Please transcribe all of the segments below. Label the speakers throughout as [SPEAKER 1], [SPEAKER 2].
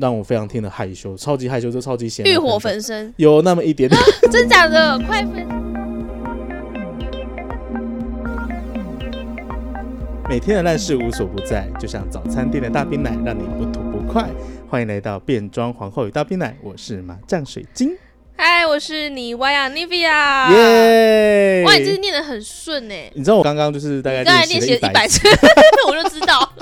[SPEAKER 1] 让我非常听得害羞，超级害羞，就超级显
[SPEAKER 2] 欲火焚身，
[SPEAKER 1] 有那么一点点。
[SPEAKER 2] 真假的，快分！
[SPEAKER 1] 每天的烂事无所不在，就像早餐店的大冰奶，让你不吐不快。欢迎来到变装皇后与大冰奶，我是麻酱水晶，
[SPEAKER 2] 嗨，我是你 y 呀 Nivia，
[SPEAKER 1] 耶、
[SPEAKER 2] 啊哇，你这次念的很顺哎、
[SPEAKER 1] 你知道我刚刚就是大概
[SPEAKER 2] 刚才
[SPEAKER 1] 练
[SPEAKER 2] 练
[SPEAKER 1] 习了
[SPEAKER 2] 习了
[SPEAKER 1] 一
[SPEAKER 2] 一
[SPEAKER 1] 百
[SPEAKER 2] 百
[SPEAKER 1] 次，
[SPEAKER 2] 次， 我就知 道。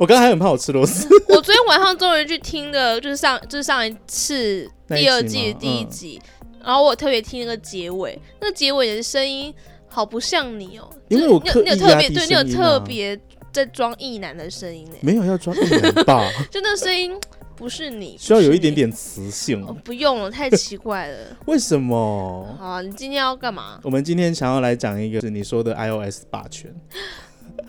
[SPEAKER 1] 我刚刚还很怕我吃螺丝。
[SPEAKER 2] 我昨天晚上终于去听的，就是上就是上一次
[SPEAKER 1] 那一
[SPEAKER 2] 第二
[SPEAKER 1] 集
[SPEAKER 2] 季
[SPEAKER 1] 吗
[SPEAKER 2] 的第一
[SPEAKER 1] 嗯
[SPEAKER 2] 集，然后我特别听那个结尾，那个结尾的声音好不像你哦、
[SPEAKER 1] 因为
[SPEAKER 2] 就是
[SPEAKER 1] 我
[SPEAKER 2] 你有
[SPEAKER 1] 刻
[SPEAKER 2] 你有
[SPEAKER 1] 意
[SPEAKER 2] 特
[SPEAKER 1] 压
[SPEAKER 2] 别
[SPEAKER 1] 低
[SPEAKER 2] 对你有
[SPEAKER 1] 声音
[SPEAKER 2] 特
[SPEAKER 1] 啊
[SPEAKER 2] 别在装异男的声音呢、
[SPEAKER 1] 没有要抓一人 吧，
[SPEAKER 2] 就那声音不是你，
[SPEAKER 1] 需要
[SPEAKER 2] 不是
[SPEAKER 1] 有一点
[SPEAKER 2] 你。
[SPEAKER 1] 点磁性
[SPEAKER 2] 哦，。不用了，太奇怪了。
[SPEAKER 1] 为什么？
[SPEAKER 2] 好啊，你今天要干嘛？
[SPEAKER 1] 我们今天想要来讲一个是你说的 iOS 霸权，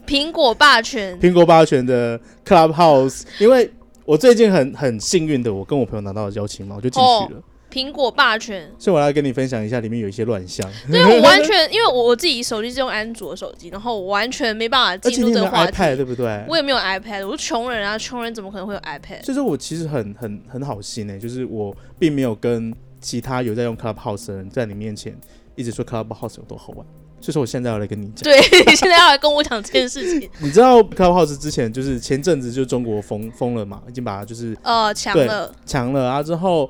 [SPEAKER 2] 苹果霸权，
[SPEAKER 1] 苹果霸权的 Clubhouse，因为我最近很很幸运的，我跟我朋友拿到了邀请码，我就进去了，
[SPEAKER 2] 苹果霸 权。
[SPEAKER 1] 所以我来跟你分享一下里面有一些乱象。
[SPEAKER 2] 对我完全，因为我我自己手机是用安卓手机，然后我完全没办法
[SPEAKER 1] 而
[SPEAKER 2] 进
[SPEAKER 1] 且
[SPEAKER 2] 入
[SPEAKER 1] 你
[SPEAKER 2] 这
[SPEAKER 1] 有
[SPEAKER 2] 个话
[SPEAKER 1] iPad
[SPEAKER 2] 题。
[SPEAKER 1] 对不对？
[SPEAKER 2] 我也没有 iPad，我是穷人啊，穷人怎么可能会有 iPad？
[SPEAKER 1] 就是我其实很很很好心呢、就是我并没有跟其他有在用 Clubhouse 的人在你面前一直说 Clubhouse 有多好玩，所以说我现在要来跟你讲。
[SPEAKER 2] 对，你现在要来跟我讲这件 事情，
[SPEAKER 1] 你知道 Clubhouse 之前就是前阵子就中国封封了嘛，已经把它就是
[SPEAKER 2] 呃，抢
[SPEAKER 1] 对
[SPEAKER 2] 了
[SPEAKER 1] 抢了啊，之后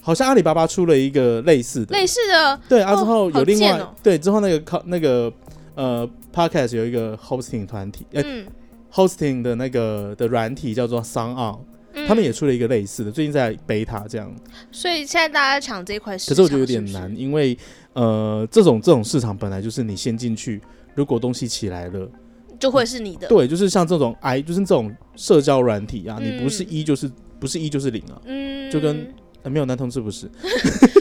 [SPEAKER 1] 好像阿里巴巴出了一个类似的，
[SPEAKER 2] 类似的，
[SPEAKER 1] 对啊，
[SPEAKER 2] 哦
[SPEAKER 1] 之后有
[SPEAKER 2] 好
[SPEAKER 1] 另
[SPEAKER 2] 贱
[SPEAKER 1] 外、
[SPEAKER 2] 哦
[SPEAKER 1] 对之后那个 co- 那个呃 podcast 有一个 hosting 团体，呃、
[SPEAKER 2] 嗯
[SPEAKER 1] hosting 的那个的软体叫做 s o n On，、
[SPEAKER 2] 嗯，
[SPEAKER 1] 他们也出了一个类似的，最近在 beta 这样，
[SPEAKER 2] 所以现在大家抢这一块市
[SPEAKER 1] 可
[SPEAKER 2] 场，
[SPEAKER 1] 是我觉得有点
[SPEAKER 2] 是不是
[SPEAKER 1] 难，因为呃这种这种市场本来就是你先进去，如果东西起来了。
[SPEAKER 2] 就会是你的，
[SPEAKER 1] 对，就是像这种 I，就是这种社交软体啊，你不是
[SPEAKER 2] 嗯
[SPEAKER 1] 一就是不是一就是零啊，
[SPEAKER 2] 嗯，
[SPEAKER 1] 就跟呃没有男同志不是，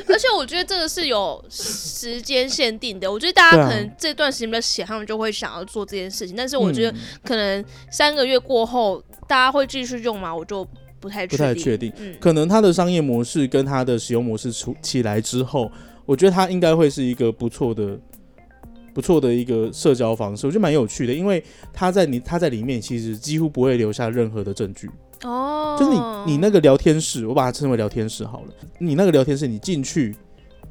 [SPEAKER 2] 而且我觉得这个是有时间限定的，我觉得大家
[SPEAKER 1] 对啊
[SPEAKER 2] 可能这段时间比较闲，他们就会想要做这件事情。但是我
[SPEAKER 1] 嗯
[SPEAKER 2] 觉得可能三个月过后，大家会继续用吗？我就不太
[SPEAKER 1] 不太确
[SPEAKER 2] 确
[SPEAKER 1] 定
[SPEAKER 2] 嗯，
[SPEAKER 1] 可能它的商业模式跟它的使用模式出起来之后，我觉得它应该会是一个不错的、不错的一个社交方式，我觉得蛮有趣的，因为它在你它在里面其实几乎不会留下任何的证据，
[SPEAKER 2] 哦，
[SPEAKER 1] 就是你你那个聊天室，我把它称为聊天室好了，你那个聊天室你进去，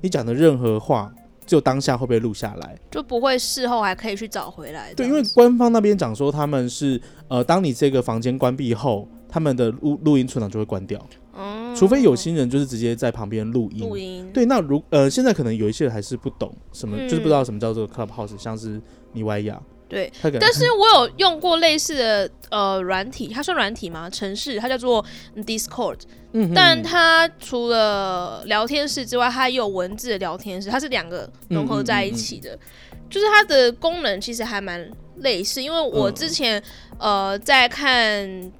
[SPEAKER 1] 你讲的任何话，就当下会被录下来。
[SPEAKER 2] 就不会事后还可以去找回来这
[SPEAKER 1] 对，
[SPEAKER 2] 样子。
[SPEAKER 1] 因为官方那边讲说他们是呃，当你这个房间关闭后，他们的录录音存档就会关掉，
[SPEAKER 2] 嗯
[SPEAKER 1] 除非有心人就是直接在旁边录音。
[SPEAKER 2] 录音，
[SPEAKER 1] 对，那如呃，现在可能有一些人还是不懂什么，
[SPEAKER 2] 嗯
[SPEAKER 1] 就是不知道什么叫做 Clubhouse，像是尼维亚，
[SPEAKER 2] 对。
[SPEAKER 1] 他可能
[SPEAKER 2] 但是我有用过类似的呃软体，它算软体吗？城市它叫做 Discord，
[SPEAKER 1] 嗯哼
[SPEAKER 2] 但它除了聊天室之外，它也有文字的聊天室，它是两个融
[SPEAKER 1] 嗯
[SPEAKER 2] 合在一起的，就是它的功能其实还蛮类似。因为我
[SPEAKER 1] 嗯
[SPEAKER 2] 之前、呃在看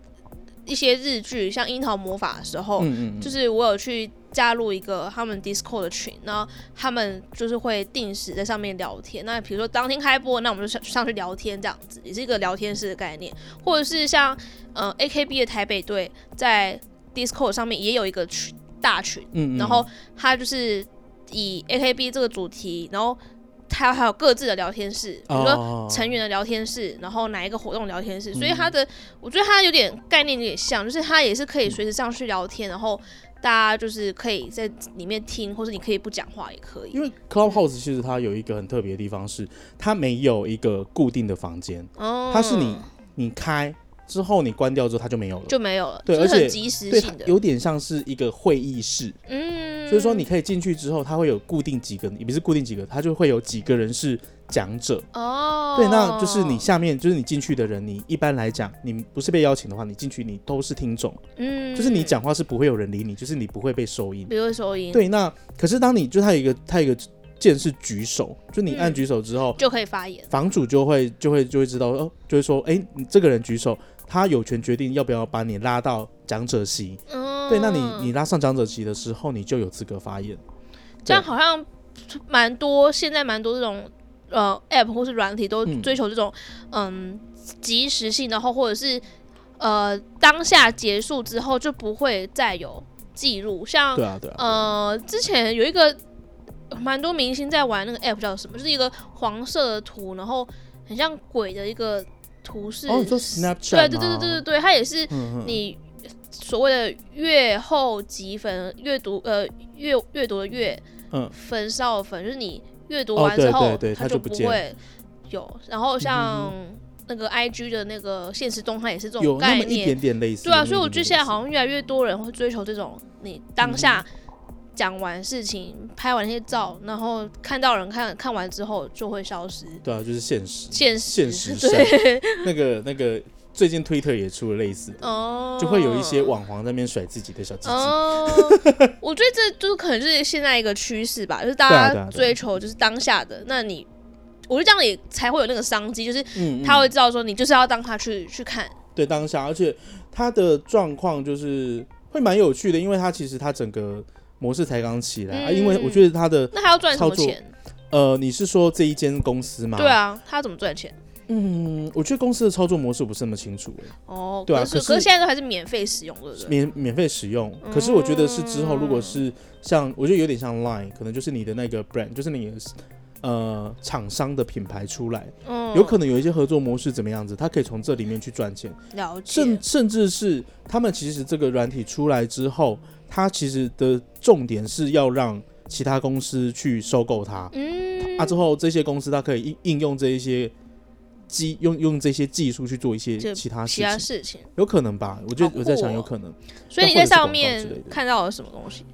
[SPEAKER 2] 一些日剧，像《樱桃魔法》的时候，
[SPEAKER 1] 嗯嗯嗯，
[SPEAKER 2] 就是我有去加入一个他们 Discord 的群，然后他们就是会定时在上面聊天。那比如说当天开播，那我们就上上去聊天这样子，也是一个聊天室的概念。或者是像呃 AKB 的台北队在 Discord 上面也有一个群大群，
[SPEAKER 1] 嗯，嗯
[SPEAKER 2] 然后它就是以 AKB 这个主题，然后它还有各自的聊天室，比如说
[SPEAKER 1] 哦
[SPEAKER 2] 成员的聊天室，然后哪一个活动聊天室，
[SPEAKER 1] 嗯
[SPEAKER 2] 所以它的我觉得它有点概念有点像，就是它也是可以随时上去聊天，然后大家就是可以在里面听，或者你可以不讲话也可以
[SPEAKER 1] 因。为 Clubhouse 其实它有一个很特别的地方是，它没有一个固定的房间，
[SPEAKER 2] 哦
[SPEAKER 1] 它是你你开之后你关掉之后它就没有了。
[SPEAKER 2] 就没有了，
[SPEAKER 1] 对
[SPEAKER 2] 就是
[SPEAKER 1] 而且
[SPEAKER 2] 很及时
[SPEAKER 1] 对，它
[SPEAKER 2] 性的，
[SPEAKER 1] 有点像是一个会议室，
[SPEAKER 2] 嗯，
[SPEAKER 1] 所以说你可以进去之后，它会有固定几个，也不是固定几个，它就会有几个人是讲者。
[SPEAKER 2] 哦，
[SPEAKER 1] 对，那就是你下面就是你进去的人，你一般来讲，你不是被邀请的话，你进去你都是听众，
[SPEAKER 2] 嗯，
[SPEAKER 1] 就是你，讲话是不会有人理你，就是你不会被收音。
[SPEAKER 2] 比如收音，，
[SPEAKER 1] 对，那可是当你就它有一个它有一个键是举手，就你按
[SPEAKER 2] 嗯
[SPEAKER 1] 举手之后，
[SPEAKER 2] 就可以发言，
[SPEAKER 1] 房主就会就会就会知道哦，就会说，哎，你这个人举手，他有权决定要不要把你拉到讲者席。
[SPEAKER 2] 嗯，
[SPEAKER 1] 对，那你你拉上讲者席的时候，你就有资格发言。
[SPEAKER 2] 这样好像蛮多，现在蛮多这种呃 app 或是软体都
[SPEAKER 1] 嗯
[SPEAKER 2] 追求这种嗯及时性，然后或者是呃当下结束之后就不会再有记录，像
[SPEAKER 1] 对啊，对啊。
[SPEAKER 2] 呃之前有一个蛮多明星在玩那个 app 叫什么，就是一个黄色的图，然后很像鬼的一个。图是，
[SPEAKER 1] 哦，你说 Snapchat
[SPEAKER 2] 对对对
[SPEAKER 1] 吗
[SPEAKER 2] 对对对，对，它也是
[SPEAKER 1] 嗯嗯，
[SPEAKER 2] 你所谓的阅后即焚，阅读呃阅阅读的阅，
[SPEAKER 1] 嗯
[SPEAKER 2] 焚烧的焚，就是你阅读
[SPEAKER 1] 哦
[SPEAKER 2] 完之
[SPEAKER 1] 对
[SPEAKER 2] 后，
[SPEAKER 1] 对对它
[SPEAKER 2] 它
[SPEAKER 1] 就不
[SPEAKER 2] 不
[SPEAKER 1] 见
[SPEAKER 2] 会有。然后像
[SPEAKER 1] 嗯
[SPEAKER 2] 那个 I G 的那个现实动态也是这种
[SPEAKER 1] 有那
[SPEAKER 2] 概
[SPEAKER 1] 么一
[SPEAKER 2] 念，
[SPEAKER 1] 点点类似。
[SPEAKER 2] 对啊，
[SPEAKER 1] 有那么
[SPEAKER 2] 所以我
[SPEAKER 1] 一
[SPEAKER 2] 觉得
[SPEAKER 1] 点点嗯类
[SPEAKER 2] 现在
[SPEAKER 1] 似
[SPEAKER 2] 好像越来越多人会追求这种你当下。讲完事情，拍完那些照，然后看到人看看完之后就会消失。
[SPEAKER 1] 对啊，就是现实
[SPEAKER 2] 现
[SPEAKER 1] 现
[SPEAKER 2] 实
[SPEAKER 1] 实上
[SPEAKER 2] 对，
[SPEAKER 1] 那个那个，最近推特也出了类似的，
[SPEAKER 2] 哦，
[SPEAKER 1] 就会有一些网黄在那边甩自己的小鸡鸡。
[SPEAKER 2] 哦，我觉得这就是可能就是现在一个趋势吧，就是大
[SPEAKER 1] 对啊对啊对啊
[SPEAKER 2] 家追求就是当下的。那你，我觉得这样也才会有那个商机，就是
[SPEAKER 1] 嗯，嗯
[SPEAKER 2] 他会知道说你就是要当他去去看，
[SPEAKER 1] 对当下，而且他的状况就是会蛮有趣的，因为他其实他整个模式才刚起来、啊，因
[SPEAKER 2] 嗯
[SPEAKER 1] 为我觉得他的
[SPEAKER 2] 那他要赚什么
[SPEAKER 1] 操作
[SPEAKER 2] 钱？
[SPEAKER 1] 呃，你是说这一间公司吗？
[SPEAKER 2] 对，啊，他怎么赚钱？
[SPEAKER 1] 嗯，我觉得公司的操作模式我不是那么清楚、欸，
[SPEAKER 2] 哦，
[SPEAKER 1] 对啊
[SPEAKER 2] 可是
[SPEAKER 1] 可是
[SPEAKER 2] 可是现在都还是免费使用，对不对？
[SPEAKER 1] 免免费使用，可是我觉得是之后如果是像，我觉得有点像 Line，可能就是你的那个 brand，就是你的呃厂商的品牌出来，
[SPEAKER 2] 嗯，
[SPEAKER 1] 有可能有一些合作模式怎么样子，他可以从这里面去赚钱，
[SPEAKER 2] 了解。
[SPEAKER 1] 甚甚至是他们其实这个软体出来之后，它其实的重点是要让其他公司去收购它，
[SPEAKER 2] 嗯，
[SPEAKER 1] 啊之后这些公司它可以应应用这一些技用用这些技术去做一些
[SPEAKER 2] 就
[SPEAKER 1] 其他事
[SPEAKER 2] 其他
[SPEAKER 1] 情，
[SPEAKER 2] 事情。
[SPEAKER 1] 有可能吧？我就
[SPEAKER 2] 好酷
[SPEAKER 1] 我在想
[SPEAKER 2] 哦
[SPEAKER 1] 有可能，
[SPEAKER 2] 所以
[SPEAKER 1] 那
[SPEAKER 2] 你
[SPEAKER 1] 或者是
[SPEAKER 2] 在
[SPEAKER 1] 广告
[SPEAKER 2] 上
[SPEAKER 1] 之类
[SPEAKER 2] 面
[SPEAKER 1] 的
[SPEAKER 2] 看到了什么东西？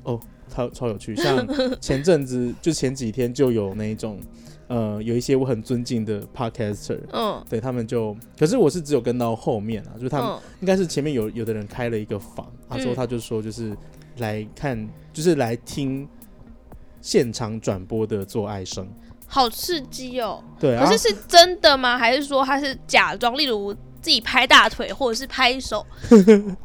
[SPEAKER 1] 超超有趣。 像前阵子就前几天就有那一种呃有一些我很尊敬的 podcaster。
[SPEAKER 2] 嗯
[SPEAKER 1] 对他们就，可是我是只有跟到后面啊，就是他们
[SPEAKER 2] 嗯
[SPEAKER 1] 应该是前面有有的人开了一个房，啊之后
[SPEAKER 2] 嗯
[SPEAKER 1] 他就说就是来看，就是来听现场转播的做爱声，
[SPEAKER 2] 好刺激哦！
[SPEAKER 1] 对啊
[SPEAKER 2] 可，是是真的吗？还是说他是假装？例如自己拍大腿或者是 拍手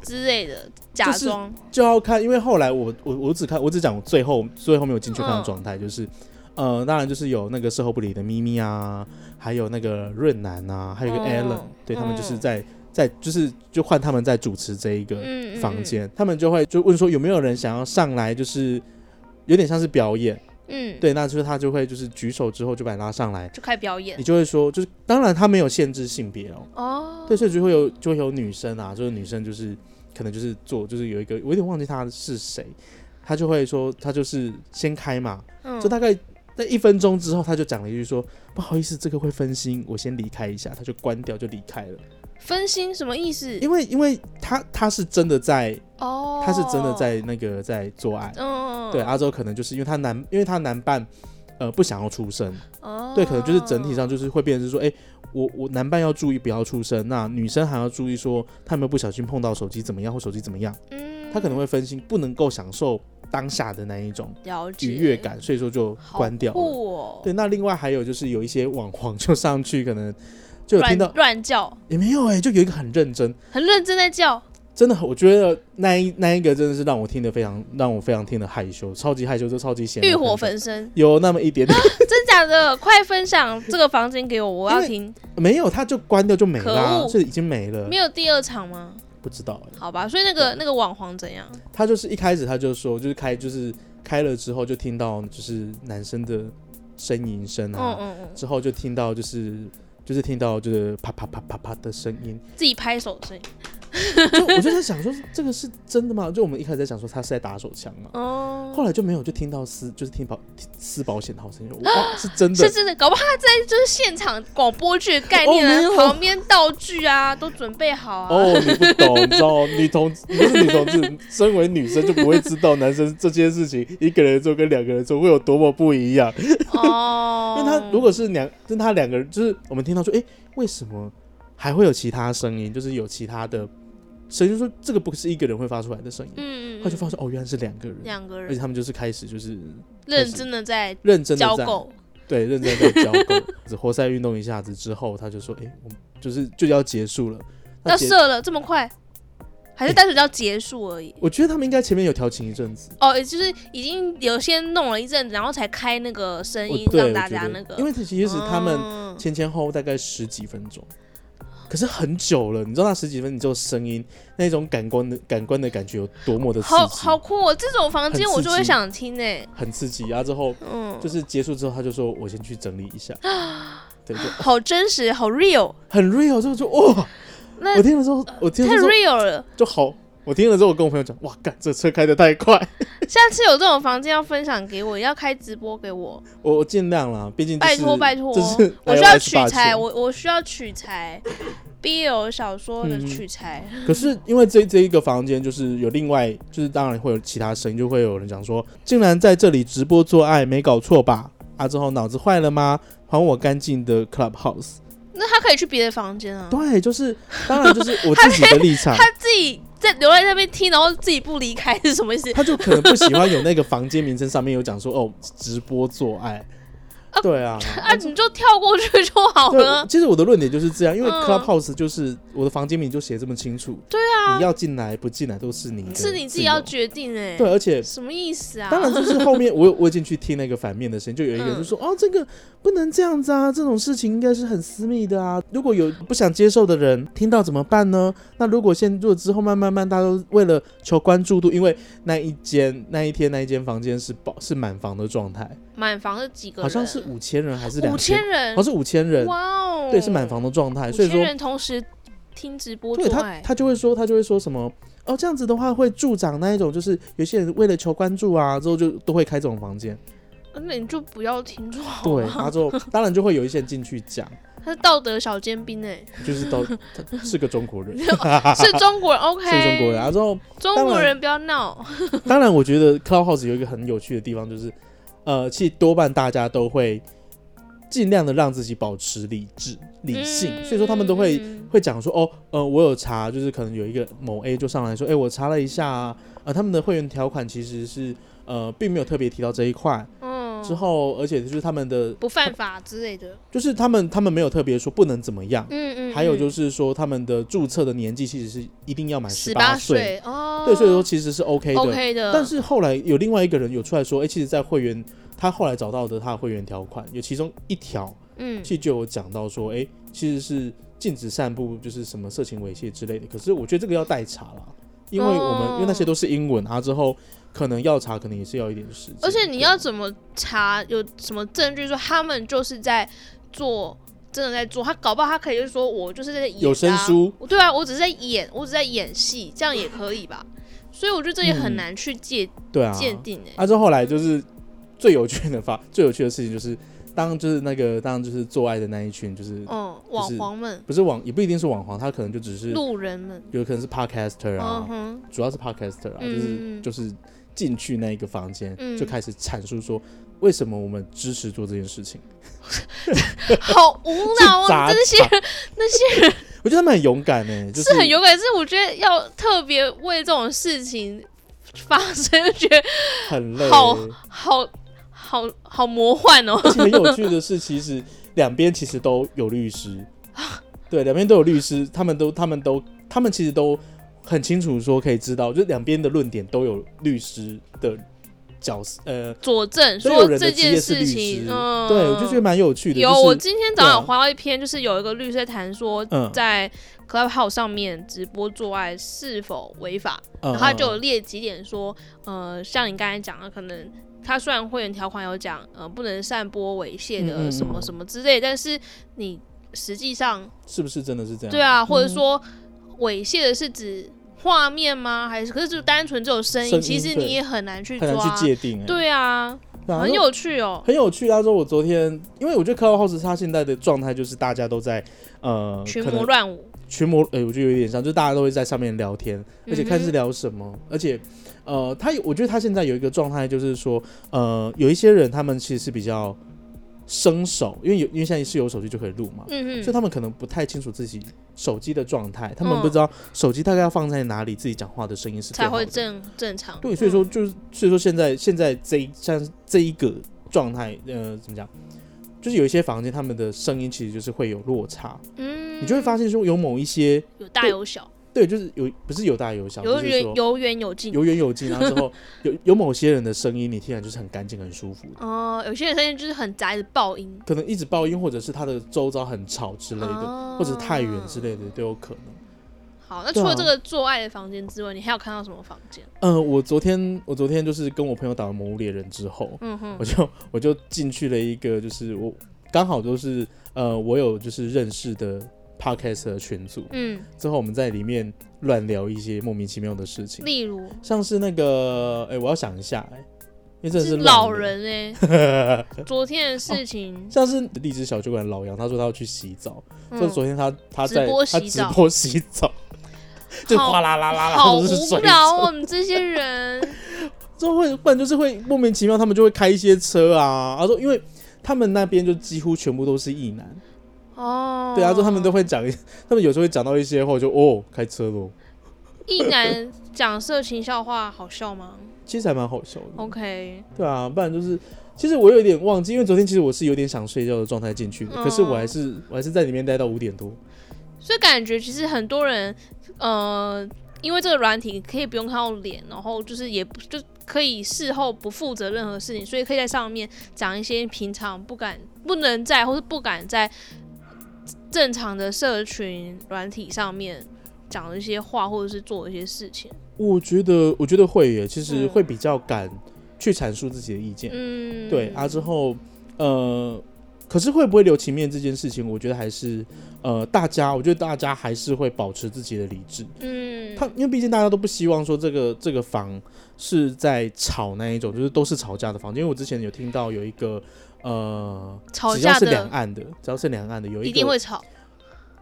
[SPEAKER 2] 之类的，假装、
[SPEAKER 1] 就要看，因为后来我我我只看我只讲我最后最后没有进去看的
[SPEAKER 2] 嗯
[SPEAKER 1] 状态，就是呃当然就是有那个事后不理的咪咪啊，还有那个润南啊，还有一个 Allen，、
[SPEAKER 2] 嗯
[SPEAKER 1] 对他们就是
[SPEAKER 2] 嗯
[SPEAKER 1] 在在就是就换他们在主持这一个
[SPEAKER 2] 嗯
[SPEAKER 1] 房，间，他们就会就问说有没有人想要上来，就是有点像是表演，
[SPEAKER 2] 嗯，嗯，
[SPEAKER 1] 对，那就是他就会就是举手之后就把你拉上来，
[SPEAKER 2] 就开始表演
[SPEAKER 1] 你就会说，就是当然他没有限制性别哦，
[SPEAKER 2] 哦。
[SPEAKER 1] 对，所以就会有就会有女生啊，就是女生就是可能就是做就是有一个我有点忘记她是谁，她就会说她就是先开嘛，
[SPEAKER 2] 嗯
[SPEAKER 1] 就大概在一分钟之后，她就讲了一句说不好意思，这个会分心，我先离开一下，她就关掉就离开了，
[SPEAKER 2] 分心什么意思？
[SPEAKER 1] 因为因为她她是真的在
[SPEAKER 2] 哦，
[SPEAKER 1] 她是真的，在那个在做爱，
[SPEAKER 2] 嗯，
[SPEAKER 1] 对，，阿周可能就是因为她男因为她男伴呃不想要出声。
[SPEAKER 2] 哦，
[SPEAKER 1] 啊对，可能就是整体上就是会变成是说，哎、我我男伴要注意不要出声，那女生还要注意说他有没有不小心碰到手机怎么样或手机怎么样，
[SPEAKER 2] 嗯，
[SPEAKER 1] 他可能会分心，不能够享受当下的那一种
[SPEAKER 2] 了解
[SPEAKER 1] 愉悦，感，所以说就
[SPEAKER 2] 好
[SPEAKER 1] 关掉了。
[SPEAKER 2] 酷哦，
[SPEAKER 1] 对，那另外还有就是有一些网黄就上去，可能就有听到
[SPEAKER 2] 乱乱叫，
[SPEAKER 1] 也没有哎、就有一个很认真，
[SPEAKER 2] 很认真在叫，
[SPEAKER 1] 真的很我觉得那一那一个真的是让我听得非常让我非常听得害羞，超级害羞，就超级显
[SPEAKER 2] 欲火焚身，
[SPEAKER 1] 有那么一点 点，
[SPEAKER 2] 真假 的？快分享这个房间给我，我要
[SPEAKER 1] 因为
[SPEAKER 2] 听。
[SPEAKER 1] 没有他就关掉就没
[SPEAKER 2] 可
[SPEAKER 1] 啦，
[SPEAKER 2] 恶
[SPEAKER 1] 所以已经没了
[SPEAKER 2] 没，有第二场吗？
[SPEAKER 1] 不知道哎、
[SPEAKER 2] 好吧，所以那个那个网黄怎样？
[SPEAKER 1] 他就是一开始他就说，就是开就是开了之后就听到就是男生的呻吟声
[SPEAKER 2] 嗯
[SPEAKER 1] 啊，
[SPEAKER 2] 嗯
[SPEAKER 1] 之后就听到就是就是听到就是啪啪啪啪啪的声音，
[SPEAKER 2] 嗯，自己拍手的声音。
[SPEAKER 1] 就我就在想说这个是真的吗？就我们一开始在想说他是在打手枪嘛，
[SPEAKER 2] 哦，
[SPEAKER 1] 后来就没有就听到撕就是听保撕保险套声音，哇 是真的
[SPEAKER 2] 是，真的，搞不好他在就是现场广播剧的概念
[SPEAKER 1] 哦没有
[SPEAKER 2] 啊，旁边道具啊都准备好啊。
[SPEAKER 1] 哦，你不懂，你知道，女同不是女同志，身为女生就不会知道男生这件事情，一个人做跟两个人做会有多么不一样。
[SPEAKER 2] 哦，
[SPEAKER 1] 因为他如果是两，跟他两个人，就是我们听到说，诶，为什么还会有其他声音？就是有其他的声音，就是说这个不是一个人会发出来的声音。
[SPEAKER 2] 嗯嗯，嗯
[SPEAKER 1] 他就发现哦，原来是两个人，
[SPEAKER 2] 两个
[SPEAKER 1] 而且
[SPEAKER 2] 人
[SPEAKER 1] 他们就是开始就是
[SPEAKER 2] 认真的在
[SPEAKER 1] 认真
[SPEAKER 2] 交
[SPEAKER 1] 的在
[SPEAKER 2] 媾，
[SPEAKER 1] 对认真地在交媾， 只活塞运动一下子之后，他就说，诶，我们就是就要结束了。那
[SPEAKER 2] 要
[SPEAKER 1] 结，
[SPEAKER 2] 射了这么快，还是单纯要结束而已？
[SPEAKER 1] 我觉得他们应该前面有调情一阵子，
[SPEAKER 2] 哦，也就是已经有先弄了一阵子，然后才开那个声
[SPEAKER 1] 我
[SPEAKER 2] 音
[SPEAKER 1] 哦对
[SPEAKER 2] 让
[SPEAKER 1] 我
[SPEAKER 2] 大
[SPEAKER 1] 觉
[SPEAKER 2] 家
[SPEAKER 1] 得，
[SPEAKER 2] 那个，
[SPEAKER 1] 因为其实他们
[SPEAKER 2] 嗯
[SPEAKER 1] 前前后后大概十几分钟，可是很久了。你知道那十几分钟，你就声音那种感官的感官的感觉有多么的刺激，
[SPEAKER 2] 好好酷哦，这种房间
[SPEAKER 1] 很刺
[SPEAKER 2] 我就会
[SPEAKER 1] 激
[SPEAKER 2] 想听诶。欸
[SPEAKER 1] 很刺激。然后之后
[SPEAKER 2] 嗯，
[SPEAKER 1] 就是结束之后，他就说我先去整理一下，对对，
[SPEAKER 2] 好真实，好 real，
[SPEAKER 1] 很 real，之后就哇，
[SPEAKER 2] 那呃
[SPEAKER 1] 我听了之后，我听了
[SPEAKER 2] 太
[SPEAKER 1] 之后
[SPEAKER 2] real 了。
[SPEAKER 1] 就好，我听了之后我跟我朋友讲，哇，干，这车开的太快，
[SPEAKER 2] 下次有这种房间要分享给我，要开直播给我，
[SPEAKER 1] 我我尽量啦，毕竟这
[SPEAKER 2] 拜
[SPEAKER 1] 是
[SPEAKER 2] 托拜托哦
[SPEAKER 1] 这是，
[SPEAKER 2] 我需要
[SPEAKER 1] iOS
[SPEAKER 2] 取材，
[SPEAKER 1] 18
[SPEAKER 2] 我我需要取材，BL 小说
[SPEAKER 1] 嗯
[SPEAKER 2] 的取材，
[SPEAKER 1] 可是因为这这一个房间就是有另外，就是当然会有其他声音，就会有人讲说，竟然在这里直播做爱，没搞错吧？啊，之后脑子坏了吗？还我干净的 Clubhouse。
[SPEAKER 2] 那他可以去别的房间啊，
[SPEAKER 1] 对，就是当然就是我自己的立场，
[SPEAKER 2] 他自己在留在那边听，然后自己不离开是什么意 思？
[SPEAKER 1] 他就可能不喜欢有那个房间名称上面有讲说哦直播做爱。对 啊，
[SPEAKER 2] 啊，你就跳过去就好
[SPEAKER 1] 对，
[SPEAKER 2] 了。
[SPEAKER 1] 其实我的论点就是这样，因为
[SPEAKER 2] 嗯
[SPEAKER 1] Clubhouse 就是我的房间名就写这么清楚，
[SPEAKER 2] 对啊
[SPEAKER 1] 你，要进来不进来都是你的，
[SPEAKER 2] 是你自己要。决定哎、
[SPEAKER 1] 对，而且
[SPEAKER 2] 什么意思啊？嗯
[SPEAKER 1] 当然，就是后面我 有我已经去听那个反面的声音，就有一个人就说：“哦，这个不能这样子啊，这种事情应该是很私密的啊。如果有不想接受的人听到怎么办呢？那如果现如果之后慢慢慢，大家都为了求关注度，因为那一间那一天那一间房间是爆是满房的状态，
[SPEAKER 2] 满房是几个人？
[SPEAKER 1] 好像是五千人还是两
[SPEAKER 2] 五千，人
[SPEAKER 1] 好像，是五千人，
[SPEAKER 2] 哇哦，
[SPEAKER 1] 对，是满房的状态，
[SPEAKER 2] 五
[SPEAKER 1] 所以
[SPEAKER 2] 千
[SPEAKER 1] 说
[SPEAKER 2] 人欸同时听直播
[SPEAKER 1] 对
[SPEAKER 2] 做
[SPEAKER 1] 他，
[SPEAKER 2] 爱，
[SPEAKER 1] 他就会说，他就会说什么哦，这样子的话会助长那一种，就是有些人为了求关注啊，之后就都会开这种房间。
[SPEAKER 2] 那你就不要听就好
[SPEAKER 1] 对，
[SPEAKER 2] 了。
[SPEAKER 1] 然后之后当然就会有一些人进去讲，
[SPEAKER 2] 他是道德小尖兵哎、
[SPEAKER 1] 就是 都他是个中国人，是
[SPEAKER 2] 是中国人 OK，
[SPEAKER 1] 中国人。然后之后，
[SPEAKER 2] 中国人不要闹，
[SPEAKER 1] 当然我觉得 Clubhouse 有一个很有趣的地方，就是呃，其实多半大家都会尽量的让自己保持理智、理性，
[SPEAKER 2] 嗯
[SPEAKER 1] 所以说他们都会
[SPEAKER 2] 嗯
[SPEAKER 1] 会讲说，哦，呃，我有查，就是可能有一个某 A 就上来说，哎、我查了一下、啊，呃，他们的会员条款其实是呃，并没有特别提到这一块。
[SPEAKER 2] 嗯
[SPEAKER 1] 之后，而且就是他们的，
[SPEAKER 2] 不犯法之类的，
[SPEAKER 1] 就是他们他们没有特别说不能怎么样。
[SPEAKER 2] 嗯嗯，
[SPEAKER 1] 还有就是说，他们的注册的年纪其实是一定要满
[SPEAKER 2] 十
[SPEAKER 1] 八
[SPEAKER 2] 八，岁哦，
[SPEAKER 1] 对，所以说其实是 OK 的。
[SPEAKER 2] OK 的，
[SPEAKER 1] 但是后来有另外一个人有出来说，哎、其实，在会员他后来找到的他的会员条款，有其中一条
[SPEAKER 2] 嗯
[SPEAKER 1] 其实就有讲到说，哎、其实是禁止散布就是什么色情猥亵之类的。可是我觉得这个要代查啦，因为我们、
[SPEAKER 2] 哦
[SPEAKER 1] 因为那些都是英文啊，之后可能要查，可能也是要一点时间。
[SPEAKER 2] 而且你要怎么查有什么证据说他们就是在做，真的在做？他搞不好他可以就是说我就是在演、啊、
[SPEAKER 1] 有声书，
[SPEAKER 2] 对啊，我只是在演，我只是在演戏，这样也可以吧？所以我觉得这也很难去界、
[SPEAKER 1] 对啊，
[SPEAKER 2] 界定哎、
[SPEAKER 1] 嗯啊，之后后来就是最有趣的发，最有趣的事情就是，当就是那个当就是做爱的那一群，就是、
[SPEAKER 2] 嗯，网
[SPEAKER 1] 就是
[SPEAKER 2] 黄们、
[SPEAKER 1] 不是网，也不一定是网黄，他可能就只是
[SPEAKER 2] 路人们，
[SPEAKER 1] 有可能是 podcaster 啊，
[SPEAKER 2] 嗯哼，
[SPEAKER 1] 主要是 podcaster 啊，
[SPEAKER 2] 嗯
[SPEAKER 1] 就是就是进去那一个房间、
[SPEAKER 2] 嗯
[SPEAKER 1] 就开始阐述说。为什么我们支持做这件事情？
[SPEAKER 2] 好无 脑
[SPEAKER 1] 是砸
[SPEAKER 2] 哦，这些人那些
[SPEAKER 1] 我觉得他们很勇敢呢、欸就是
[SPEAKER 2] 是很勇敢，但是我觉得要特别为这种事情发生，就觉得
[SPEAKER 1] 很累、欸
[SPEAKER 2] 好好好好魔幻 哦。
[SPEAKER 1] 而且很有趣的是，其实两边其实都有律师，
[SPEAKER 2] 啊
[SPEAKER 1] 对，两边都有律师，他们都他们都他们其实都很清楚说可以知道，就是两边的论点都有律师的角色，呃，
[SPEAKER 2] 佐证
[SPEAKER 1] 都有
[SPEAKER 2] 说
[SPEAKER 1] 人的
[SPEAKER 2] 这
[SPEAKER 1] 职业是
[SPEAKER 2] 件事
[SPEAKER 1] 律
[SPEAKER 2] 情
[SPEAKER 1] 师，，
[SPEAKER 2] 嗯，
[SPEAKER 1] 对，我就觉得蛮有趣的，
[SPEAKER 2] 有。
[SPEAKER 1] 就是
[SPEAKER 2] 我今天早
[SPEAKER 1] 对啊
[SPEAKER 2] 上有划到一篇，就是有一个律师在谈说，
[SPEAKER 1] 嗯
[SPEAKER 2] 在 Clubhouse 上面直播做爱是否违法，
[SPEAKER 1] 嗯
[SPEAKER 2] 然后他就有列几点说，呃，像你刚才讲的，可能他虽然会员条款有讲，呃，不能散播猥亵
[SPEAKER 1] 嗯嗯
[SPEAKER 2] 的
[SPEAKER 1] 嗯
[SPEAKER 2] 什么什么之类，但是你实际上
[SPEAKER 1] 是不是真的是这样？
[SPEAKER 2] 对啊，或者说
[SPEAKER 1] 嗯
[SPEAKER 2] 猥亵的是指画面吗？还是可是就单纯只有声
[SPEAKER 1] 声音
[SPEAKER 2] 音，其实
[SPEAKER 1] 对
[SPEAKER 2] 你也很难去
[SPEAKER 1] 很难
[SPEAKER 2] 抓
[SPEAKER 1] 去。界定、欸，
[SPEAKER 2] 对啊，
[SPEAKER 1] 对啊，
[SPEAKER 2] 很有趣哦。
[SPEAKER 1] 很有趣啊。他说我昨天，因为我觉得 Clubhouse 它现在的状态就是大家都在呃
[SPEAKER 2] 群
[SPEAKER 1] 可能
[SPEAKER 2] 魔乱舞，
[SPEAKER 1] 群魔，呃，我觉得有点像，就是大家都会在上面聊天，而且
[SPEAKER 2] 嗯
[SPEAKER 1] 看是聊什么，而且，呃，他有我觉得他现在有一个状态，就是说，呃，有一些人他们其实是比较生手，因为有因为现在是有手机就可以录嘛，
[SPEAKER 2] 嗯
[SPEAKER 1] 所以
[SPEAKER 2] 嗯，
[SPEAKER 1] 他们可能不太清楚自己手机的状态，他们
[SPEAKER 2] 嗯
[SPEAKER 1] 不知道手机大概要放在哪里，自己讲话的声音是最
[SPEAKER 2] 才
[SPEAKER 1] 好的
[SPEAKER 2] 会正嗯正常。
[SPEAKER 1] 对，所以说就是，所以说现在现在这一像这一个状态，呃，怎么讲？就是有一些房间，他们的声音其实就是会有落差，
[SPEAKER 2] 嗯，
[SPEAKER 1] 你就会发现说有某一些
[SPEAKER 2] 有大有小，
[SPEAKER 1] 对，就是有不是有大有小，
[SPEAKER 2] 有
[SPEAKER 1] 就是
[SPEAKER 2] 远
[SPEAKER 1] 说
[SPEAKER 2] 有远有近。
[SPEAKER 1] 有远有近，然后之后有有某些人的声音，你听起来就是很干净、很舒服的，
[SPEAKER 2] 哦，有些人声音就是很杂的爆音
[SPEAKER 1] 可能一直爆音，或者是他的周遭很吵之类
[SPEAKER 2] 啊
[SPEAKER 1] 的，或者太远之。
[SPEAKER 2] 哦
[SPEAKER 1] 类的都有可能。
[SPEAKER 2] 好，那
[SPEAKER 1] 对
[SPEAKER 2] 除
[SPEAKER 1] 啊
[SPEAKER 2] 了这个做爱的房间之外，你还有看到什么房间？
[SPEAKER 1] 嗯，我昨天我昨天就是跟我朋友打完《魔物猎人》之后，
[SPEAKER 2] 嗯哼，
[SPEAKER 1] 我就我就进去了一个，就是我刚好就是呃，我有就是认识的 podcast 的群组，
[SPEAKER 2] 嗯，
[SPEAKER 1] 之后我们在里面乱聊一些莫名其妙的事情，
[SPEAKER 2] 例如
[SPEAKER 1] 像是那个，哎、我要想一下、哎，因为真的是
[SPEAKER 2] 是老
[SPEAKER 1] 乱聊，
[SPEAKER 2] 人哎、 昨天的事情，
[SPEAKER 1] 像是荔枝小酒馆老杨，他说他要去洗澡，就、
[SPEAKER 2] 嗯
[SPEAKER 1] 哦昨天他他
[SPEAKER 2] 直
[SPEAKER 1] 在
[SPEAKER 2] 播
[SPEAKER 1] 他
[SPEAKER 2] 洗
[SPEAKER 1] 直
[SPEAKER 2] 澡
[SPEAKER 1] 播洗澡，就
[SPEAKER 2] 好
[SPEAKER 1] 哗啦啦啦啦，
[SPEAKER 2] 好
[SPEAKER 1] 都是
[SPEAKER 2] 无
[SPEAKER 1] 水
[SPEAKER 2] 聊
[SPEAKER 1] 声
[SPEAKER 2] 哦，我们这些人，
[SPEAKER 1] 就会不然就是会莫名其妙，他们就会开一些车啊，他说因为他们那边就几乎全部都是异男，
[SPEAKER 2] 哦，
[SPEAKER 1] 对啊，就他们都会讲一，他们有时候会讲到一些后就哦开车喽，
[SPEAKER 2] 一男讲色情笑话好笑吗
[SPEAKER 1] 其实还蛮好笑的，
[SPEAKER 2] 哦？OK，
[SPEAKER 1] 对啊，不然就是其实我有点忘记，因为昨天其实我是有点想睡觉的状态进去的，
[SPEAKER 2] 嗯
[SPEAKER 1] 可是我还是我还是在里面待到五点多，
[SPEAKER 2] 所以感觉其实很多人，呃，因为这个软体可以不用看到脸，然后就是也不就可以事后不负责任何事情，所以可以在上面讲一些平常不敢、不能在或是不敢在正常的社群软体上面讲一些话，或者是做一些事情。
[SPEAKER 1] 我觉得我觉得会耶，其实
[SPEAKER 2] 嗯
[SPEAKER 1] 会比较敢去阐述自己的意见，
[SPEAKER 2] 嗯，
[SPEAKER 1] 对啊，之后呃，可是会不会留情面这件事情，我觉得还是呃，大家我觉得大家还是会保持自己的理智。
[SPEAKER 2] 嗯，
[SPEAKER 1] 他因为毕竟大家都不希望说这个这个房是在吵那一种，就是都是吵架的房间。因为我之前有听到有一个呃，
[SPEAKER 2] 吵
[SPEAKER 1] 只要
[SPEAKER 2] 架
[SPEAKER 1] 是两
[SPEAKER 2] 的
[SPEAKER 1] 岸的，只要是两岸的，有
[SPEAKER 2] 一
[SPEAKER 1] 一
[SPEAKER 2] 定
[SPEAKER 1] 个
[SPEAKER 2] 会吵，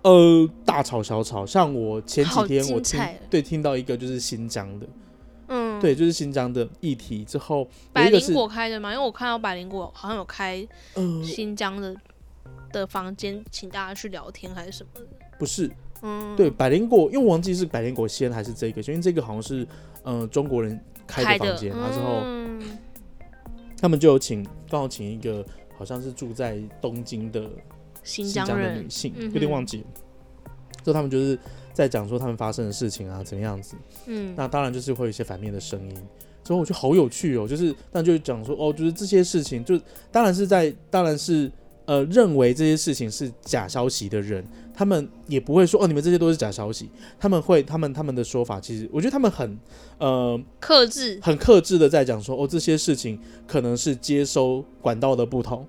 [SPEAKER 1] 呃大吵小吵。像我前几
[SPEAKER 2] 好
[SPEAKER 1] 天
[SPEAKER 2] 精
[SPEAKER 1] 我听
[SPEAKER 2] 彩
[SPEAKER 1] 对听到一个就是新疆的，
[SPEAKER 2] 嗯，。
[SPEAKER 1] 对就是新疆的议题之后，有
[SPEAKER 2] 百
[SPEAKER 1] 一个
[SPEAKER 2] 灵
[SPEAKER 1] 是
[SPEAKER 2] 果开的嘛，因为我看到百灵果好像有开
[SPEAKER 1] 呃
[SPEAKER 2] 新疆的、的房间，请大家去聊天还是什么的？
[SPEAKER 1] 不是
[SPEAKER 2] 嗯，
[SPEAKER 1] 对，百灵果，因为我忘记是百灵果先还是这个，因为这个好像是呃中国人开
[SPEAKER 2] 开
[SPEAKER 1] 的
[SPEAKER 2] 的
[SPEAKER 1] 房间，然后之后
[SPEAKER 2] 嗯
[SPEAKER 1] 他们就有请刚好请一个好像是住在东京的
[SPEAKER 2] 新
[SPEAKER 1] 新
[SPEAKER 2] 疆
[SPEAKER 1] 疆的
[SPEAKER 2] 人
[SPEAKER 1] 女，性
[SPEAKER 2] 嗯，
[SPEAKER 1] 有点
[SPEAKER 2] 哼
[SPEAKER 1] 忘记了。就他们就是在讲说他们发生的事情啊，怎么样子。
[SPEAKER 2] 嗯，
[SPEAKER 1] 那当然就是会有一些反面的声音。之后我觉得好有趣哦，就是但就讲说哦，就是这些事情，就当然是在当然是呃认为这些事情是假消息的人，他们也不会说哦你们这些都是假消息，他们会他们他们的说法，其实我觉得他们很呃
[SPEAKER 2] 克制，
[SPEAKER 1] 很克制的在讲说哦这些事情可能是接收管道的不同。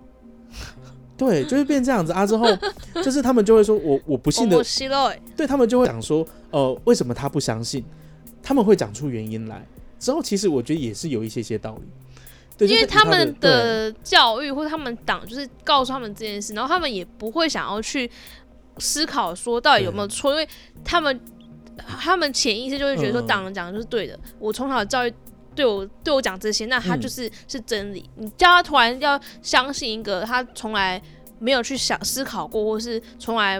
[SPEAKER 1] 对，就是变这样子啊，之后就是他们就会说我我不信的
[SPEAKER 2] 我希洛欸，
[SPEAKER 1] 对他们就会讲说，呃，为什么他不相信？他们会讲出原因来。之后其实我觉得也是有一些些道理，对，
[SPEAKER 2] 因为
[SPEAKER 1] 就是
[SPEAKER 2] 他们
[SPEAKER 1] 对
[SPEAKER 2] 的呃教育或者他们党就是告诉他们这件事，然后他们也不会想要去思考说到底有没有错，因为他们他们潜意识就会觉得说
[SPEAKER 1] 嗯嗯
[SPEAKER 2] 党人讲的就是对的，我从小教育。对我对我讲这些，那他
[SPEAKER 1] 嗯
[SPEAKER 2] 就是、是真理。你叫他突然要相信一个他从来没有去想思考过，或是从来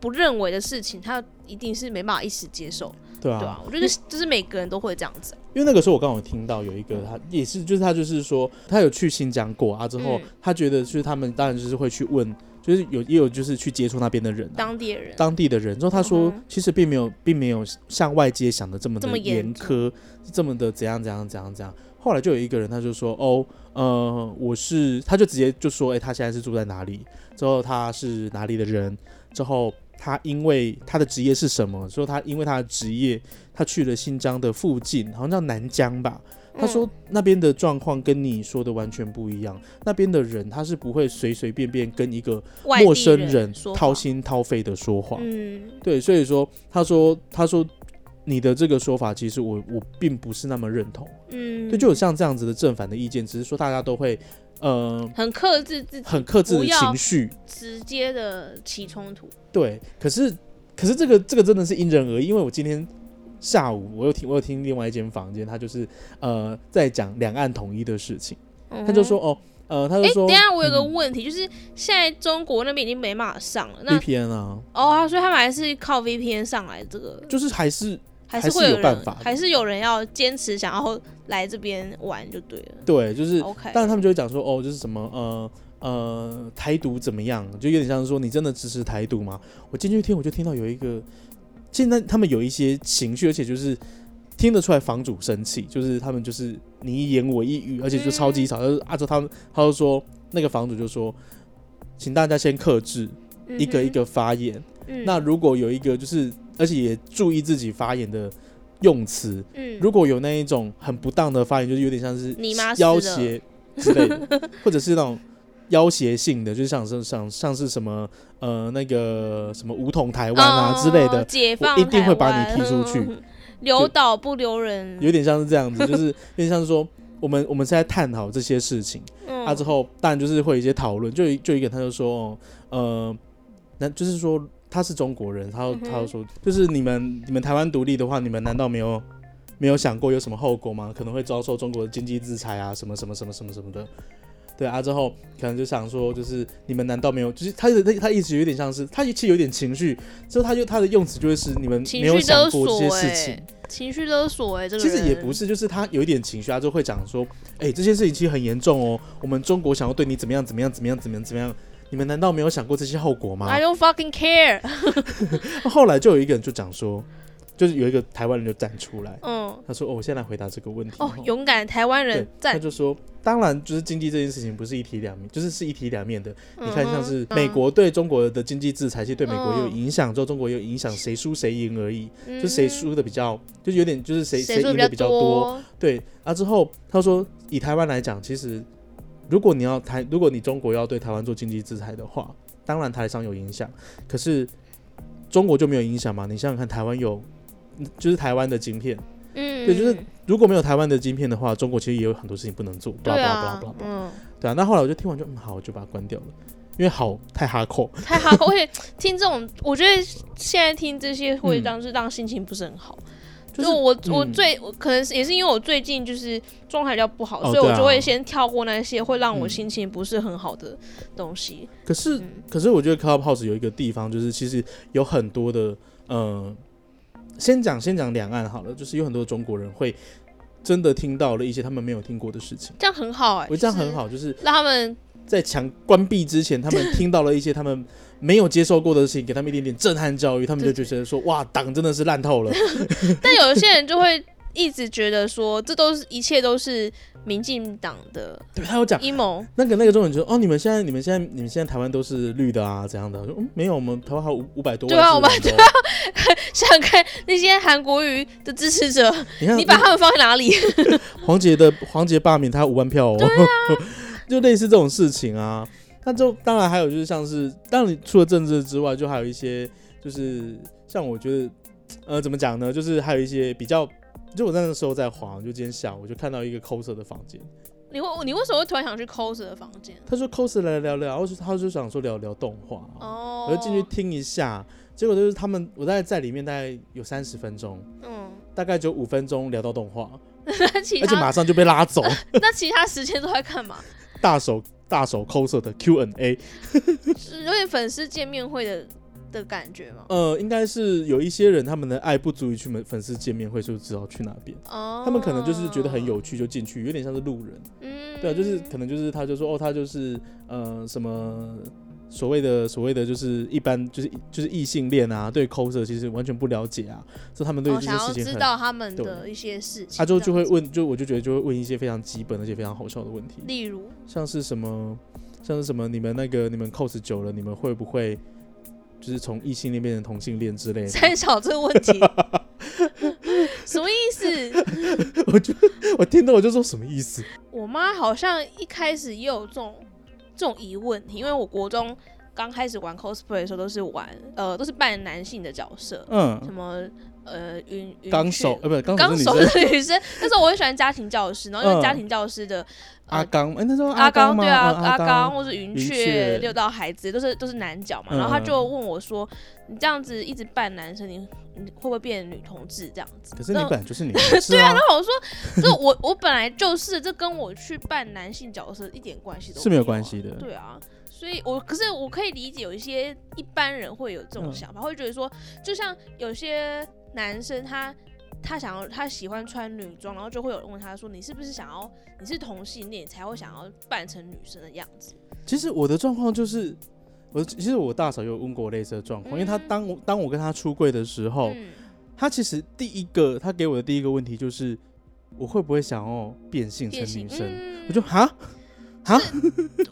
[SPEAKER 2] 不认为的事情，他一定是没办法一时接受，
[SPEAKER 1] 对啊，
[SPEAKER 2] 对吧、我觉得就是每个人都会这样子。
[SPEAKER 1] 因为那个时候我刚好听到有一个他也是，就是他就是说他有去新疆过啊，之后、
[SPEAKER 2] 嗯
[SPEAKER 1] 他觉得就是他们当然就是会去问，就是有也有就是去接触那边的人、啊。
[SPEAKER 2] 当地的人，
[SPEAKER 1] 当地的人之后，他说
[SPEAKER 2] 嗯哼
[SPEAKER 1] 其实并没有，并没有像外界想的这么
[SPEAKER 2] 这
[SPEAKER 1] 的
[SPEAKER 2] 么严
[SPEAKER 1] 严苛，这么的怎样怎样怎样怎样。后来就有一个人，他就说：“哦，呃，我是，他就直接就说，哎、他现在是住在哪里？之后他是哪里的人？之后他因为他的职业是什么？之后他因为他的职业，他去了新疆的附近，好像叫南疆吧。
[SPEAKER 2] 嗯
[SPEAKER 1] 他说那边的状况跟你说的完全不一样，那边的人他是不会随随便便跟一个
[SPEAKER 2] 外地
[SPEAKER 1] 陌生
[SPEAKER 2] 人
[SPEAKER 1] 人
[SPEAKER 2] 说
[SPEAKER 1] 掏
[SPEAKER 2] 谎
[SPEAKER 1] 心掏肺的说谎。
[SPEAKER 2] 嗯
[SPEAKER 1] 对，所以说他说他说你的这个说法，其实我我并不是那么认同。
[SPEAKER 2] 嗯，
[SPEAKER 1] 对，就有像这样子的正反的意见，只是说大家都会呃
[SPEAKER 2] 很克制自己
[SPEAKER 1] 很克制
[SPEAKER 2] 不
[SPEAKER 1] 的
[SPEAKER 2] 要
[SPEAKER 1] 情绪，
[SPEAKER 2] 直接的起冲突。
[SPEAKER 1] 对。可是可是这个这个真的是因人而异，因为我今天。下午我有听，我有听另外一间房间，他就是呃在讲两岸统一的事情，
[SPEAKER 2] 嗯
[SPEAKER 1] 他就说哦，呃他就
[SPEAKER 2] 哎、
[SPEAKER 1] 说
[SPEAKER 2] 等一下我有个
[SPEAKER 1] 嗯
[SPEAKER 2] 问题，就是现在中国那边已经没办法上了，那
[SPEAKER 1] VPN 啊，
[SPEAKER 2] 哦，所以他们还是靠 VPN 上来，这个
[SPEAKER 1] 就是还是
[SPEAKER 2] 还
[SPEAKER 1] 还是
[SPEAKER 2] 会
[SPEAKER 1] 有
[SPEAKER 2] 人，
[SPEAKER 1] 办法的
[SPEAKER 2] 还是有人要坚持想要来这边玩就对了。
[SPEAKER 1] 对，就是
[SPEAKER 2] OK，
[SPEAKER 1] 但他们就会讲说，哦，就是什么呃呃台独怎么样，就有点像是说你真的支持台独吗？我进去听，我就听到有一个，现在他们有一些情绪，而且就是听得出来房主生气，就是他们就是你一言我一语，而且就超级吵。
[SPEAKER 2] 嗯
[SPEAKER 1] 就是阿周他们，他就说那个房主就说，请大家先克制，一个一个发言。
[SPEAKER 2] 嗯嗯哼，
[SPEAKER 1] 那如果有一个就是，而且也注意自己发言的用词，
[SPEAKER 2] 嗯，
[SPEAKER 1] 如果有那一种很不当的发言，就是有点像是
[SPEAKER 2] 你妈死
[SPEAKER 1] 要
[SPEAKER 2] 了
[SPEAKER 1] 挟之类的，或者是那种要挟性的，就是像是像像是什么呃那个什么武统台湾啊之类
[SPEAKER 2] 哦
[SPEAKER 1] 的，
[SPEAKER 2] 解放
[SPEAKER 1] 我一定会把
[SPEAKER 2] 台湾
[SPEAKER 1] 你踢出去，
[SPEAKER 2] 嗯留岛不留人。
[SPEAKER 1] 有点像是这样子，就是有点像是说我们我们是在探讨这些事情。
[SPEAKER 2] 嗯
[SPEAKER 1] 啊，之后当然就是会有一些讨论，就一就一个他就说，呃，那就是说他是中国人，他
[SPEAKER 2] 嗯哼
[SPEAKER 1] 他就说，就是你们你们台湾独立的话，你们难道没有没有想过有什么后果吗？可能会遭受中国的经济制裁啊，什么什么什么什么什么的。对啊，之后可能就想说，就是你们难道没有？就是他的他他一直有点像是他其实有点情绪，之后他就他的用词就会是你们
[SPEAKER 2] 情
[SPEAKER 1] 没有
[SPEAKER 2] 绪
[SPEAKER 1] 想
[SPEAKER 2] 勒
[SPEAKER 1] 过这
[SPEAKER 2] 索、
[SPEAKER 1] 些
[SPEAKER 2] 欸，
[SPEAKER 1] 事情。
[SPEAKER 2] 情绪勒索、欸，哎，这个
[SPEAKER 1] 其实也
[SPEAKER 2] 人
[SPEAKER 1] 不是，就是他有一点情绪，他啊就会讲说，哎、这件事情其实很严重哦，我们中国想要对你怎么样怎么样怎么样怎么样怎么样，你们难道没有想过这些后果吗？
[SPEAKER 2] I don't fucking care。
[SPEAKER 1] 后来就有一个人就讲说，就是有一个台湾人就站出来，
[SPEAKER 2] 嗯，
[SPEAKER 1] 他说，哦，我现在来回答这个问题
[SPEAKER 2] 哦，勇敢的台湾
[SPEAKER 1] 对
[SPEAKER 2] 人，
[SPEAKER 1] 他
[SPEAKER 2] 赞。
[SPEAKER 1] 就说，当然就是经济这件事情不是一体两面，就是是一体两面的。你看，
[SPEAKER 2] 嗯哼
[SPEAKER 1] 像是美，国对中国的经济制裁，其实对美国也有影响，之后中国也有影响，谁输谁赢而已，
[SPEAKER 2] 嗯
[SPEAKER 1] 就谁输的比较，就是有点就是谁
[SPEAKER 2] 谁
[SPEAKER 1] 谁
[SPEAKER 2] 说
[SPEAKER 1] 赢的比
[SPEAKER 2] 比
[SPEAKER 1] 较多。
[SPEAKER 2] 多，
[SPEAKER 1] 对啊，之后他说，以台湾来讲，其实如果你要台，如果你中国要对台湾做经济制裁的话，当然台商有影响，可是中国就没有影响嘛？你想想看，台湾有，就是台湾的晶片，
[SPEAKER 2] 嗯，
[SPEAKER 1] 对就是如果没有台湾的晶片的话，中国其实也有很多事情不能做，巴拉
[SPEAKER 2] 对
[SPEAKER 1] 巴拉
[SPEAKER 2] 啊
[SPEAKER 1] 巴拉，巴拉。
[SPEAKER 2] 嗯，
[SPEAKER 1] 对啊，那后来我就听完就嗯好，我就把它关掉了，因为好太哈扣。
[SPEAKER 2] 太好，而且听这种，我觉得现在听这些会让是让心情不是很好。
[SPEAKER 1] 嗯就
[SPEAKER 2] 就是是我、我
[SPEAKER 1] 嗯
[SPEAKER 2] 最我可能是也是因为我最近就是状态比较不好，
[SPEAKER 1] 哦
[SPEAKER 2] 所以
[SPEAKER 1] 对
[SPEAKER 2] 我
[SPEAKER 1] 啊
[SPEAKER 2] 就会先跳过那些会让我
[SPEAKER 1] 嗯
[SPEAKER 2] 心情不是很好的东西。
[SPEAKER 1] 可是
[SPEAKER 2] 嗯
[SPEAKER 1] 可是我觉得 Clubhouse 有一个地方，就是其实有很多的，呃，先讲先讲两岸好了，就是有很多中国人会真的听到了一些他们没有听过的事情，
[SPEAKER 2] 这样很好哎、
[SPEAKER 1] 我觉得这样
[SPEAKER 2] 就是
[SPEAKER 1] 很好，就是
[SPEAKER 2] 让他们
[SPEAKER 1] 在墙关闭之前，他们听到了一些他们没有接受过的事情，给他们一点点震撼教育，他们就觉 得说，哇，党真的是烂透了，
[SPEAKER 2] 但有一些人就会一直觉得说，这都是一切都是民进党的
[SPEAKER 1] 对他有讲。
[SPEAKER 2] 阴谋。
[SPEAKER 1] 那个那个中文就说哦，你们现在你们现在你们现在台湾都是绿的啊，怎样的？我说嗯，没有，我们台湾还有五五百多万
[SPEAKER 2] 对啊
[SPEAKER 1] 是
[SPEAKER 2] 我们
[SPEAKER 1] 蓝的哦
[SPEAKER 2] 想想看那些韩国瑜的支 持者，
[SPEAKER 1] 你看
[SPEAKER 2] 你把他们放在哪里？
[SPEAKER 1] 黄杰的黄杰罢免他五万票哦，
[SPEAKER 2] 啊
[SPEAKER 1] 就类似这种事情啊。那就当然还有就是像是，当然除了政治之外，就还有一些就是像我觉得，呃，怎么讲呢？就是还有一些比较，就我那个时候在华，就今天下午我就看到一个 coser 的房间，
[SPEAKER 2] 你为你为什么会突然想去 cos 的房间？
[SPEAKER 1] 他说 coser 来聊聊，然后就他就想说聊聊动画啊，
[SPEAKER 2] 哦，
[SPEAKER 1] 我就进去听一下，结果就是他们我大概在里面大概有三十分钟，
[SPEAKER 2] 嗯，
[SPEAKER 1] 大概只有五分钟聊到动画，
[SPEAKER 2] 那其
[SPEAKER 1] 而且马
[SPEAKER 2] 他
[SPEAKER 1] 上就被拉走，
[SPEAKER 2] 那其他时间都在干嘛？
[SPEAKER 1] 大手大手 coser 的 Q&A。
[SPEAKER 2] 是有点粉丝见面会的的感觉吗？
[SPEAKER 1] 呃，应该是有一些人他们的爱不足以去粉粉丝见面会，就知道去哪边。
[SPEAKER 2] 哦，
[SPEAKER 1] 他们可能就是觉得很，有趣就进去，有点像是路人。
[SPEAKER 2] 嗯，
[SPEAKER 1] 对啊，就是可能就是他就说哦，他就是呃什么所谓的所谓的就是一般就是就是异性恋啊，对 coser 其实完全不了解啊，所以他们对
[SPEAKER 2] 哦
[SPEAKER 1] 这些
[SPEAKER 2] 想要
[SPEAKER 1] 事情
[SPEAKER 2] 知
[SPEAKER 1] 很。
[SPEAKER 2] 道他们的
[SPEAKER 1] 对
[SPEAKER 2] 一些事情，
[SPEAKER 1] 他就就会
[SPEAKER 2] 这样
[SPEAKER 1] 问，就我就觉得就会问一些非常基本而且非常好笑的问题
[SPEAKER 2] 子，，例如
[SPEAKER 1] 像是什么，像是什么，你们那个你们 cos 久了，你们会不会就是从异性恋变成同性恋之类的？
[SPEAKER 2] 三小这个问 题，什么意思？
[SPEAKER 1] 我就 我听到我就说什么意思？
[SPEAKER 2] 我妈好像一开始也有这种这种疑问，因为我国中刚开始玩 cosplay 的时候都是玩呃都是扮男性的角色，
[SPEAKER 1] 嗯
[SPEAKER 2] 什，么呃云云
[SPEAKER 1] 纲
[SPEAKER 2] 雀
[SPEAKER 1] 手呃不是纲手
[SPEAKER 2] 纲
[SPEAKER 1] 是女
[SPEAKER 2] 手
[SPEAKER 1] 生，
[SPEAKER 2] 的女生，那时候我很喜欢家庭教师，然后因为
[SPEAKER 1] 嗯
[SPEAKER 2] 家庭教师的 呃
[SPEAKER 1] 阿刚哎那时候
[SPEAKER 2] 阿
[SPEAKER 1] 刚
[SPEAKER 2] 刚
[SPEAKER 1] 吗？
[SPEAKER 2] 对啊，
[SPEAKER 1] 嗯
[SPEAKER 2] 阿刚
[SPEAKER 1] 刚
[SPEAKER 2] 或者云
[SPEAKER 1] 云
[SPEAKER 2] 雀
[SPEAKER 1] 雀
[SPEAKER 2] 六道孩子都是都是男角嘛，
[SPEAKER 1] 嗯
[SPEAKER 2] 然后他就问我说：“你这样子一直扮男生，你你会不会变女同志这样子？”
[SPEAKER 1] 可是你
[SPEAKER 2] 然
[SPEAKER 1] 本
[SPEAKER 2] 后
[SPEAKER 1] 来就是女 生，是啊，
[SPEAKER 2] 然后我说：“这我我本来就是，这跟我去扮男性角色一点关系都
[SPEAKER 1] 是没有
[SPEAKER 2] 啊
[SPEAKER 1] 关系的。
[SPEAKER 2] 对啊，所以我可是我可以理解有一些一般人会有这种
[SPEAKER 1] 嗯
[SPEAKER 2] 想法，会觉得说，就像有些男生他。他想要，他喜欢穿女装，然后就会有人问他说：“你是不是想要，你是同性恋，你才会想要扮成女生的样子
[SPEAKER 1] 其实我的状况就是，我其实我大嫂有问过我类似的状况，因为她
[SPEAKER 2] 嗯
[SPEAKER 1] 当我当我跟她出柜的时？”候，
[SPEAKER 2] 嗯，
[SPEAKER 1] 她其实第一个她给我的第一个问题就是，我会不会想要变性成
[SPEAKER 2] 变
[SPEAKER 1] 女
[SPEAKER 2] 性。
[SPEAKER 1] 生？
[SPEAKER 2] 嗯
[SPEAKER 1] 我就哈哈，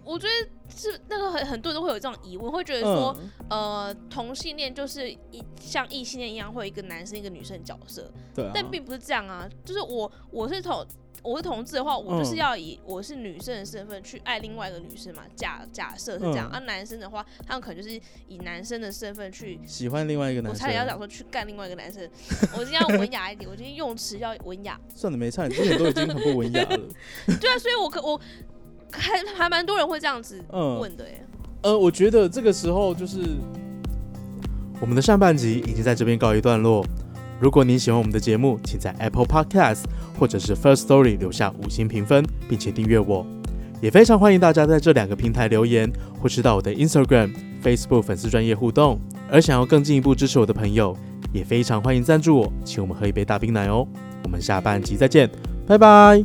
[SPEAKER 2] 我觉得是那个很很多人都会有这种疑问，会觉得说，
[SPEAKER 1] 嗯，
[SPEAKER 2] 呃，同性恋就是一像异性恋一样，会有一个男生一个女生角色，
[SPEAKER 1] 对啊，
[SPEAKER 2] 但并不是这样啊。就是我我是同我是同志的话，我就
[SPEAKER 1] 嗯
[SPEAKER 2] 是要以我是女生的身份去爱另外一个女生嘛。假假设是这样，
[SPEAKER 1] 嗯
[SPEAKER 2] 啊，男生的话，他们可能就是以男生的身份去。
[SPEAKER 1] 喜欢另外一个男
[SPEAKER 2] 我
[SPEAKER 1] 生，
[SPEAKER 2] 差点要讲说去干另外一个 男生，我今天要文雅一点，我今天用词要文雅。
[SPEAKER 1] 算了，没差，你之前都已经很不文雅 了。
[SPEAKER 2] 对啊，所以我可我还还蛮多人会这样子
[SPEAKER 1] 嗯
[SPEAKER 2] 问的耶。
[SPEAKER 1] 呃，我觉得这个时候就是我们的上半集已经在这边告一段落。如果你喜欢我们的节目，请在 Apple Podcast 或者是 First Story 留下五星评分，并且订阅我。也非常欢迎大家在这两个平台留言，或是到我的 Instagram、Facebook 粉丝专业互动。而想要更进一步支持我的朋友，也非常欢迎赞助我，请我们喝一杯大冰奶哦。我们下半集再见，拜拜。